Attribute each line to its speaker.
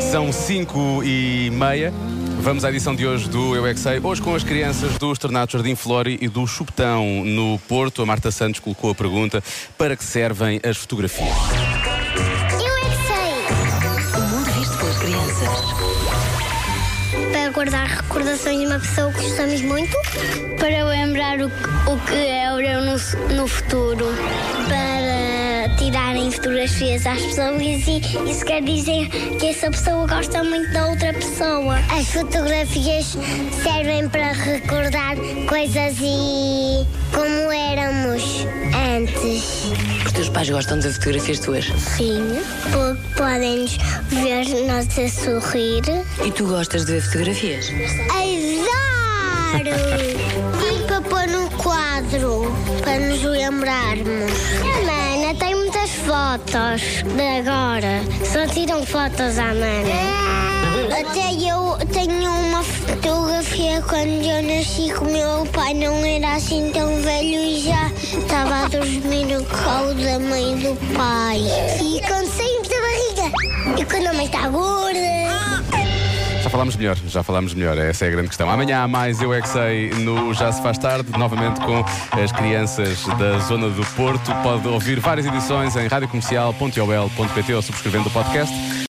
Speaker 1: São 5 e meia. Vamos à edição de hoje do Eu é que Sei. Hoje com as crianças do Externato Jardim Flori e do Chupetão no Porto. A Marta Santos colocou a pergunta para que servem as fotografias.
Speaker 2: Eu é que sei!
Speaker 3: O mundo visto pelas crianças.
Speaker 2: Para guardar recordações de uma pessoa que gostamos muito. Para lembrar o, que- o que é o eu no, s- no futuro. Para tirarem fotografias às pessoas e isso quer dizer que essa pessoa gosta muito da outra pessoa. As fotografias servem para recordar coisas e como éramos antes.
Speaker 3: Os teus pais gostam de fotografias tuas.
Speaker 2: Sim, porque podem-nos ver nós a sorrir.
Speaker 3: E tu gostas de ver fotografias?
Speaker 2: Adoro! e para pôr no quadro, para nos lembrarmos. A Mana tem muitas fotos de agora. Só tiram fotos à Mana. Até eu tenho uma fotografia quando eu nasci que o meu pai não era assim tão velho e já estava a dormir no colo da mãe do pai. E com sempre da barriga. E quando a mãe está gorda.
Speaker 1: Já falámos melhor, já falámos melhor. Essa é a grande questão. Amanhã há mais Eu é que Sei no Já se faz tarde, novamente com as crianças da zona do Porto. Pode ouvir várias edições em radiocomercial.iol.pt ou subscrevendo o podcast.